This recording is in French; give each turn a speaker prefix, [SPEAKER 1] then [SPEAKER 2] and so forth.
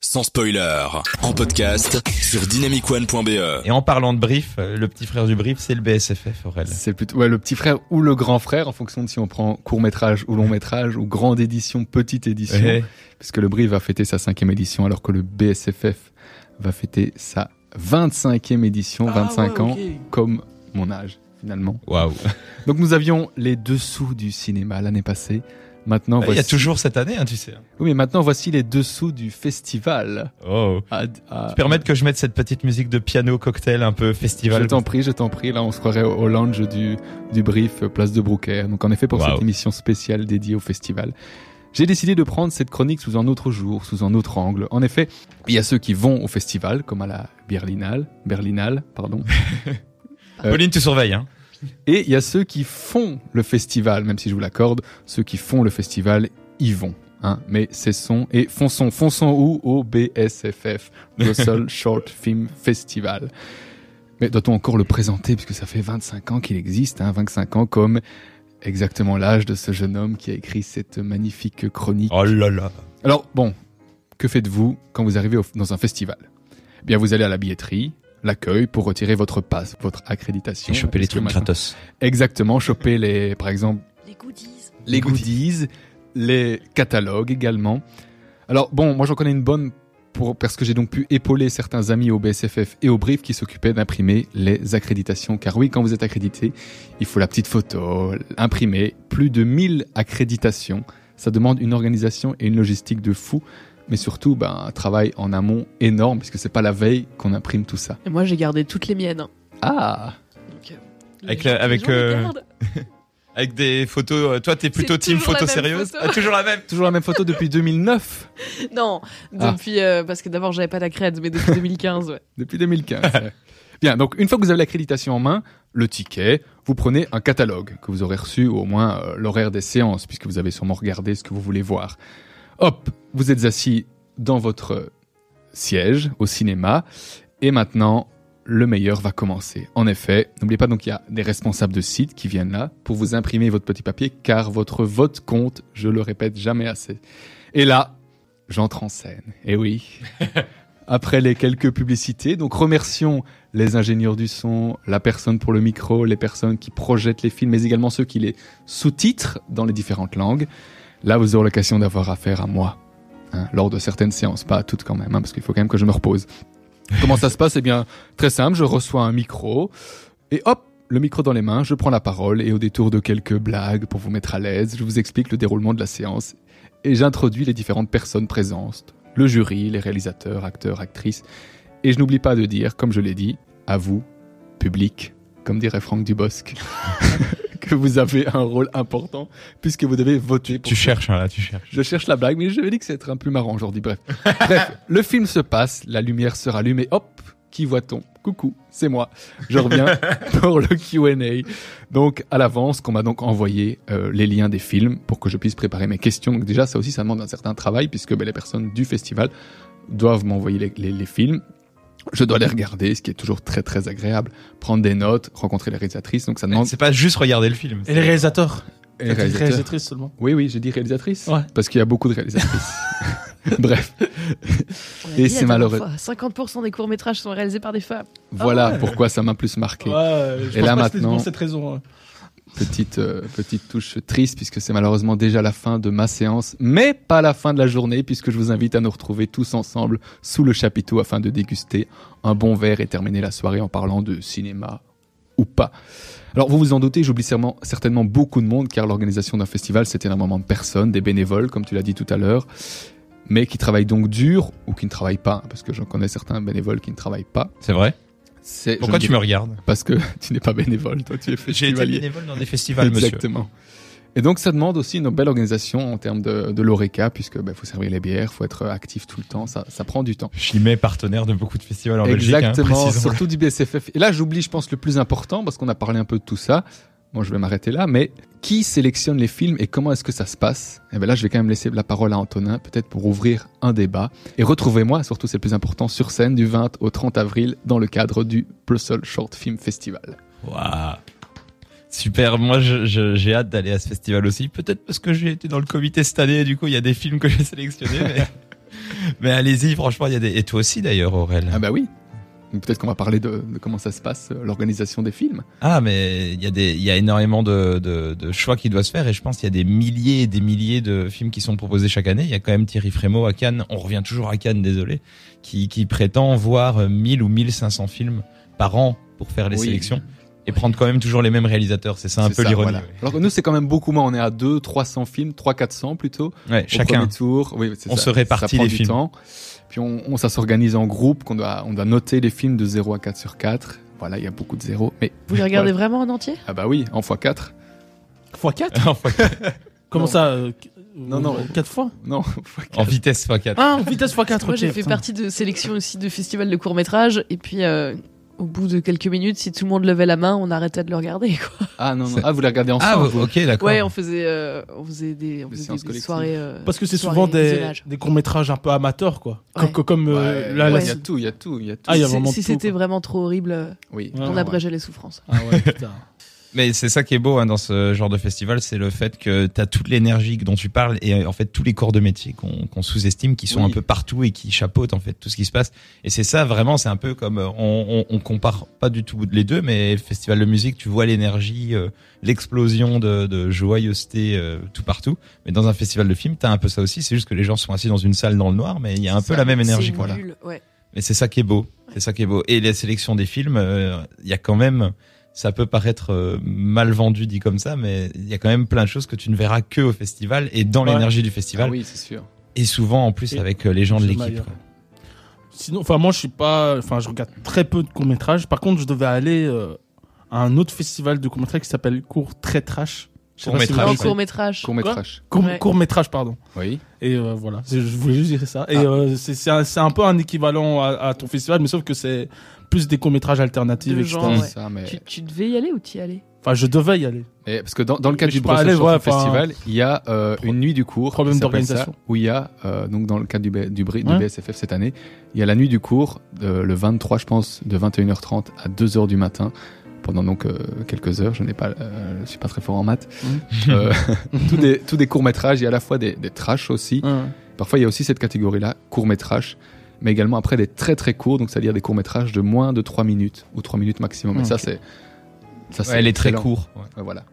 [SPEAKER 1] sans spoiler, en podcast sur dynamicone.be.
[SPEAKER 2] Et en parlant de brief, euh, le petit frère du brief, c'est le BSFF, Aurel.
[SPEAKER 3] C'est plutôt ouais, le petit frère ou le grand frère, en fonction de si on prend court métrage ou long métrage, ou grande édition, petite édition.
[SPEAKER 2] Ouais.
[SPEAKER 3] Puisque le Brive va fêter sa cinquième édition, alors que le BSFF va fêter sa 25e édition, 25 ans, comme mon âge, finalement.
[SPEAKER 2] Waouh.
[SPEAKER 3] Donc nous avions les dessous du cinéma l'année passée. Maintenant,
[SPEAKER 2] Bah, Il y
[SPEAKER 3] voici...
[SPEAKER 2] a toujours cette année, hein, tu sais.
[SPEAKER 3] Oui, mais maintenant, voici les dessous du festival.
[SPEAKER 2] Oh.
[SPEAKER 3] À- à-
[SPEAKER 2] Tu permets que je mette cette petite musique de piano cocktail un peu
[SPEAKER 3] Je
[SPEAKER 2] festival.
[SPEAKER 3] t'en prie, je t'en prie. Là, on se croirait au au lounge du, du brief euh, Place de Brouquer. Donc, en effet, pour
[SPEAKER 2] Waouh.
[SPEAKER 3] cette émission spéciale dédiée au festival, j'ai décidé de prendre cette chronique sous un autre jour, sous un autre angle. En effet, il y a ceux qui vont au festival, comme à la Berlinale, Berlinale, pardon. Euh,
[SPEAKER 2] Pauline, tu surveilles, hein.
[SPEAKER 3] Et il y a ceux qui font le festival, même si je vous l'accorde, ceux qui font le festival y vont. Hein, mais cessons et fonçons, fonçons où Au BSFF, Brussels Short Film Festival. Mais doit-on encore le présenter, puisque ça fait 25 ans qu'il existe, hein, 25 ans comme exactement l'âge de ce jeune homme qui a écrit cette magnifique chronique.
[SPEAKER 2] Oh là là.
[SPEAKER 3] Alors, bon, que faites-vous quand vous arrivez au- dans un festival Eh bien, vous allez à la billetterie, l'accueil, pour retirer votre passe, votre accréditation. hein, parce que maintenant-
[SPEAKER 2] gratos.
[SPEAKER 3] Exactement, choper les, par exemple,
[SPEAKER 4] Les goodies.
[SPEAKER 3] les goodies, les catalogues également. Alors bon, moi j'en connais une bonne pour, parce que j'ai donc pu épauler certains amis au BSFF et au Brief qui s'occupaient d'imprimer les accréditations. Car oui, quand vous êtes accrédité, il faut la petite photo, imprimer plus de 1000 accréditations. Ça demande une organisation et une logistique de fou, mais surtout ben, un travail en amont énorme, puisque c'est pas la veille qu'on imprime tout ça.
[SPEAKER 4] Et moi, j'ai gardé toutes les miennes. hein.
[SPEAKER 3] Ah
[SPEAKER 4] Donc, euh,
[SPEAKER 2] Avec
[SPEAKER 4] les-
[SPEAKER 2] la- avec,
[SPEAKER 4] les gens les
[SPEAKER 2] euh,
[SPEAKER 4] gardent.
[SPEAKER 2] Avec des photos. euh, Toi, t'es plutôt
[SPEAKER 4] C'est
[SPEAKER 2] team
[SPEAKER 4] toujours la
[SPEAKER 2] photo
[SPEAKER 4] même
[SPEAKER 2] sérieuse.
[SPEAKER 4] photo.
[SPEAKER 2] Ah, toujours la même.
[SPEAKER 3] Toujours la même photo depuis 2009
[SPEAKER 4] Non,
[SPEAKER 3] Ah.
[SPEAKER 4] depuis. euh, parce que d'abord, j'avais pas la crédit, mais depuis 2015, ouais.
[SPEAKER 3] Depuis 2015. ouais. Bien, donc une fois que vous avez l'accréditation en main, le ticket, vous prenez un catalogue que vous aurez reçu ou au moins euh, l'horaire des séances, puisque vous avez sûrement regardé ce que vous voulez voir. Hop, vous êtes assis dans votre euh, siège au cinéma, et maintenant, le meilleur va commencer. En effet, n'oubliez pas donc il y a des responsables de site qui viennent là pour vous imprimer votre petit papier, car votre vote compte, je le répète jamais assez. Et là, j'entre en scène. Et oui, après les quelques publicités. Donc remercions les ingénieurs du son, la personne pour le micro, les personnes qui projettent les films, mais également ceux qui les sous-titrent dans les différentes langues. Là, vous aurez l'occasion d'avoir affaire à moi, hein, lors de certaines séances, pas à toutes quand même, hein, parce qu'il faut quand même que je me repose. Comment ça se passe Eh bien, très simple, je reçois un micro, et hop le micro dans les mains, je prends la parole et au détour de quelques blagues pour vous mettre à l'aise, je vous explique le déroulement de la séance et j'introduis les différentes personnes présentes, le jury, les réalisateurs, acteurs, actrices. Et je n'oublie pas de dire, comme je l'ai dit, à vous, public, comme dirait Franck Dubosc, que vous avez un rôle important puisque vous devez voter pour
[SPEAKER 2] Tu cherches, hein, là, tu cherches.
[SPEAKER 3] je cherche la blague, mais j'avais dit que c'était un peu marrant aujourd'hui. Bref. Bref, le film se passe, la lumière se rallume et hop, qui voit-on Coucou, c'est moi. Je reviens pour le QA. Donc, à l'avance, qu'on m'a donc envoyé euh, les liens des films pour que je puisse préparer mes questions. Donc, déjà, ça aussi, ça demande un certain travail puisque ben, les personnes du festival doivent m'envoyer les- les- les films. Je dois les regarder, ce qui est toujours très très agréable. Prendre des notes, rencontrer les réalisatrices, donc ça demande.
[SPEAKER 2] C'est pas juste regarder le film.
[SPEAKER 5] Et les réalisateurs.
[SPEAKER 3] Et
[SPEAKER 5] Les
[SPEAKER 3] les réalisateurs.
[SPEAKER 5] réalisatrices seulement.
[SPEAKER 3] Oui, oui, j'ai dit réalisatrice.
[SPEAKER 5] Ouais.
[SPEAKER 3] Parce qu'il y a beaucoup de réalisatrices. Bref,
[SPEAKER 4] On a
[SPEAKER 3] Et
[SPEAKER 4] dit la
[SPEAKER 3] c'est
[SPEAKER 4] dernière
[SPEAKER 3] malheureux.
[SPEAKER 4] fois, 50% des courts-métrages sont réalisés par des femmes.
[SPEAKER 3] voilà
[SPEAKER 5] Ah ouais.
[SPEAKER 3] pourquoi ça m'a plus marqué.
[SPEAKER 5] Ouais, euh, je
[SPEAKER 3] Et
[SPEAKER 5] pense
[SPEAKER 3] là,
[SPEAKER 5] pas que c'était
[SPEAKER 3] maintenant-
[SPEAKER 5] pour cette raison. hein.
[SPEAKER 3] Petite, euh, petite touche triste, puisque c'est malheureusement déjà la fin de ma séance, mais pas la fin de la journée, puisque je vous invite à nous retrouver tous ensemble sous le chapiteau afin de déguster un bon verre et terminer la soirée en parlant de cinéma ou pas. Alors vous vous en doutez, j'oublie sûrement- certainement beaucoup de monde, car l'organisation d'un festival, c'est énormément de personnes, des bénévoles, comme tu l'as dit tout à l'heure, mais qui travaillent donc dur ou qui ne travaillent pas, parce que j'en connais certains bénévoles qui ne travaillent pas.
[SPEAKER 2] C'est vrai.
[SPEAKER 3] C'est- je
[SPEAKER 2] Pourquoi
[SPEAKER 3] ne
[SPEAKER 2] tu
[SPEAKER 3] dirais-
[SPEAKER 2] me regardes
[SPEAKER 3] Parce que tu n'es pas bénévole, toi tu es
[SPEAKER 2] J'ai été
[SPEAKER 3] festivalier.
[SPEAKER 2] bénévole dans des festivals, monsieur.
[SPEAKER 3] Exactement. Et donc, ça demande aussi une belle organisation en termes de, de l'ORECA, puisque il faut servir les bières, faut être actif tout le temps, ça, ça prend du temps.
[SPEAKER 2] Je mets partenaire de beaucoup de festivals en Belgique. hein,
[SPEAKER 3] Exactement,
[SPEAKER 2] précisons-le.
[SPEAKER 3] surtout du BSFF. Et là, j'oublie, je pense, le plus important, parce qu'on a parlé un peu de tout ça. Bon, je vais m'arrêter là, mais qui sélectionne les films et comment est-ce que ça se passe Et bien là, je vais quand même laisser la parole à Antonin, peut-être pour ouvrir un débat. Et retrouvez-moi, surtout c'est le plus important, sur scène du 20 au 30 avril, dans le cadre du Brussels Short Film Festival.
[SPEAKER 2] Waouh. Super, moi je- je- j'ai hâte d'aller à ce festival aussi. Peut-être parce que j'ai été dans le comité cette année et du coup il y a des films que j'ai sélectionnés. Mais... Mais allez-y, franchement, il y a des. Et toi aussi d'ailleurs, Aurel.
[SPEAKER 3] Ah bah oui. Donc Peut-être qu'on va parler de, de comment ça se passe, euh, l'organisation des films.
[SPEAKER 2] Ah, mais il y a des, il y a énormément de, de, de choix qui doivent se faire et je pense qu'il y a des milliers et des milliers de films qui sont proposés chaque année. Il y a quand même Thierry Frémaux à Cannes, on revient toujours à Cannes, désolé, qui, qui prétend voir euh, 1000 ou 1500 films par an pour faire les
[SPEAKER 3] Oui.
[SPEAKER 2] sélections et prendre quand même toujours les mêmes réalisateurs. C'est ça un peu
[SPEAKER 3] ça,
[SPEAKER 2] l'ironie.
[SPEAKER 3] voilà. Alors que nous, c'est quand même beaucoup moins. On est à 2, 300 films, 3, 400 plutôt.
[SPEAKER 2] Ouais,
[SPEAKER 3] Au
[SPEAKER 2] chacun.
[SPEAKER 3] premier tour. Oui, c'est
[SPEAKER 2] On
[SPEAKER 3] ça.
[SPEAKER 2] se répartit
[SPEAKER 3] Ça prend
[SPEAKER 2] les
[SPEAKER 3] du
[SPEAKER 2] films.
[SPEAKER 3] temps. Puis on, on- ça s'organise en groupe, qu'on doit, on doit noter les films de 0 à 4 sur 4. Voilà, il y a beaucoup de 0. Mais,
[SPEAKER 4] Vous les regardez vraiment en entier
[SPEAKER 3] ah bah oui, en x4.
[SPEAKER 5] x4
[SPEAKER 2] Enfin,
[SPEAKER 5] Comment
[SPEAKER 3] Non.
[SPEAKER 5] ça euh, qu-
[SPEAKER 3] Non, non.
[SPEAKER 5] 4 fois
[SPEAKER 3] Non, x4.
[SPEAKER 2] en vitesse x4.
[SPEAKER 5] Ah, vitesse x4.
[SPEAKER 4] Moi, j'ai
[SPEAKER 5] ok,
[SPEAKER 4] fait
[SPEAKER 5] putain.
[SPEAKER 4] partie de sélections aussi de festivals de courts-métrages. Et puis, euh, au bout de quelques minutes, si tout le monde levait la main, on arrêtait de le regarder. quoi.
[SPEAKER 3] Ah non, non.
[SPEAKER 2] C'est-
[SPEAKER 3] Ah, vous les regardez ensemble.
[SPEAKER 2] Ah,
[SPEAKER 3] vous.
[SPEAKER 2] ok, d'accord.
[SPEAKER 4] Ouais, on faisait, euh, on faisait des, on
[SPEAKER 3] Des
[SPEAKER 4] faisait
[SPEAKER 3] séances
[SPEAKER 4] des
[SPEAKER 3] collectives.
[SPEAKER 4] soirées. euh,
[SPEAKER 5] Parce que c'est
[SPEAKER 4] soirées
[SPEAKER 5] souvent des,
[SPEAKER 4] visionnage.
[SPEAKER 5] des courts-métrages un peu amateurs, quoi.
[SPEAKER 4] Ouais.
[SPEAKER 5] Comme, comme euh,
[SPEAKER 3] Ouais,
[SPEAKER 5] là,
[SPEAKER 3] il
[SPEAKER 5] la-
[SPEAKER 3] y a tout, il y a tout, il y a tout.
[SPEAKER 5] Ah, il y a
[SPEAKER 4] Si-
[SPEAKER 5] vraiment
[SPEAKER 4] si
[SPEAKER 5] tout,
[SPEAKER 4] c'était
[SPEAKER 5] quoi.
[SPEAKER 4] vraiment trop horrible, euh,
[SPEAKER 3] Oui.
[SPEAKER 2] Ah,
[SPEAKER 5] Ouais,
[SPEAKER 4] on
[SPEAKER 5] ouais.
[SPEAKER 4] abrégeait les souffrances.
[SPEAKER 5] Ah ouais, putain.
[SPEAKER 2] Mais c'est ça qui est beau hein, dans ce genre de festival, c'est le fait que tu as toute l'énergie dont tu parles et euh, en fait tous les corps de métier qu'on qu'on sous-estime, qui sont
[SPEAKER 3] Oui.
[SPEAKER 2] un peu partout et qui chapeautent en fait tout ce qui se passe. Et c'est ça vraiment, c'est un peu comme euh, on, on, on compare pas du tout les deux, mais le festival de musique, tu vois l'énergie, euh, l'explosion de, de joyeuseté euh, tout partout. Mais dans un festival de film, t'as un peu ça aussi. C'est juste que les gens sont assis dans une salle dans le noir, mais il y a un
[SPEAKER 3] C'est
[SPEAKER 2] peu
[SPEAKER 3] ça.
[SPEAKER 2] la même énergie.
[SPEAKER 4] C'est
[SPEAKER 2] Voilà.
[SPEAKER 4] nul, ouais.
[SPEAKER 2] Mais c'est ça qui est beau. C'est ça qui est beau. Et la sélection des films, euh, il y a quand même, ça peut paraître euh, mal vendu dit comme ça, mais il y a quand même plein de choses que tu ne verras que au festival et dans
[SPEAKER 5] Ouais.
[SPEAKER 2] l'énergie du
[SPEAKER 3] Ah
[SPEAKER 2] festival.
[SPEAKER 3] oui, c'est sûr.
[SPEAKER 2] Et souvent en plus
[SPEAKER 5] Et-
[SPEAKER 2] avec euh, les gens de
[SPEAKER 5] C'est
[SPEAKER 2] l'équipe.
[SPEAKER 5] Maillard.
[SPEAKER 2] quoi.
[SPEAKER 5] Sinon, enfin, moi, je suis pas. Enfin, je regarde très peu de courts-métrages. Par contre, je devais aller euh, à un autre festival de courts-métrages qui s'appelle Court Très Trash. Je sais pas si vous
[SPEAKER 2] Court-métrage.
[SPEAKER 4] En
[SPEAKER 5] voyez.
[SPEAKER 4] court métrage.
[SPEAKER 3] Court-métrage.
[SPEAKER 5] Court-
[SPEAKER 4] Ouais.
[SPEAKER 5] Court-métrage, pardon.
[SPEAKER 3] Oui.
[SPEAKER 5] Et euh, voilà, C'est- je voulais juste dire ça. Et
[SPEAKER 3] Ah.
[SPEAKER 5] euh, c'est- c'est un, c'est un peu un équivalent à, à ton festival, mais sauf que c'est plus des courts-métrages alternatifs,
[SPEAKER 4] De
[SPEAKER 5] etc.
[SPEAKER 4] genre, Ah, ouais.
[SPEAKER 3] Ça, mais...
[SPEAKER 4] Tu, tu devais y aller ou t'y allais
[SPEAKER 5] Enfin, je devais y aller.
[SPEAKER 3] Mais parce que dans, dans le cadre
[SPEAKER 5] Mais
[SPEAKER 3] du
[SPEAKER 5] je suis pas
[SPEAKER 3] Brussels
[SPEAKER 5] allé,
[SPEAKER 3] Surf
[SPEAKER 5] ouais, enfin,
[SPEAKER 3] Festival, il y a euh,
[SPEAKER 5] pro-
[SPEAKER 3] une nuit du cours. qui
[SPEAKER 5] problème
[SPEAKER 3] s'appelle
[SPEAKER 5] d'organisation.
[SPEAKER 3] ça, Où il y a, euh, donc dans le cadre du, B- du, Bri- du
[SPEAKER 5] Ouais.
[SPEAKER 3] BSFF cette année, il y a la nuit du cours, euh, le 23, je pense, de 21h30 à 2h du matin, pendant donc euh, quelques heures. Je n'ai pas, euh, je suis pas très fort en maths.
[SPEAKER 5] Mmh.
[SPEAKER 3] Euh, tous des, tous des courts-métrages, il y a à la fois des, des trash aussi. Parfois, il y a aussi cette catégorie-là, court-métrage. Mais également après des très très courts, donc c'est-à-dire des courts-métrages de moins de 3 minutes ou 3 minutes maximum. Et ça,
[SPEAKER 5] Ok.
[SPEAKER 3] c'est. Ça,
[SPEAKER 2] Ouais, elle est très
[SPEAKER 3] excellent.
[SPEAKER 2] court.
[SPEAKER 3] Ouais, voilà.